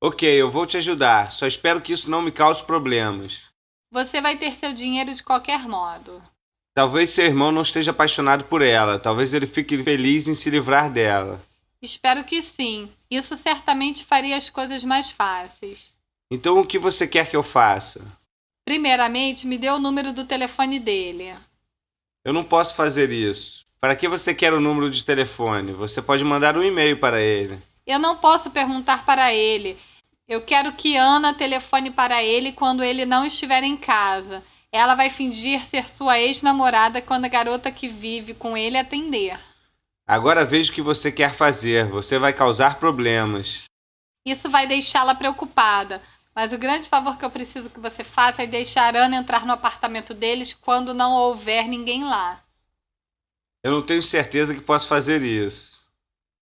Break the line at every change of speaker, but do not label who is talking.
Ok, eu vou te ajudar. Só espero que isso não me cause problemas.
Você vai ter seu dinheiro de qualquer modo.
Talvez seu irmão não esteja apaixonado por ela. Talvez ele fique feliz em se livrar dela.
Espero que sim. Isso certamente faria as coisas mais fáceis.
Então o que você quer que eu faça?
Primeiramente, me dê o número do telefone dele.
Eu não posso fazer isso. Para que você quer o número de telefone? Você pode mandar um e-mail para ele.
Eu não posso perguntar para ele. Eu quero que Ana telefone para ele quando ele não estiver em casa. Ela vai fingir ser sua ex-namorada quando a garota que vive com ele atender.
Agora veja o que você quer fazer. Você vai causar problemas.
Isso vai deixá-la preocupada. Mas o grande favor que eu preciso que você faça é deixar Ana entrar no apartamento deles quando não houver ninguém lá.
Eu não tenho certeza que posso fazer isso.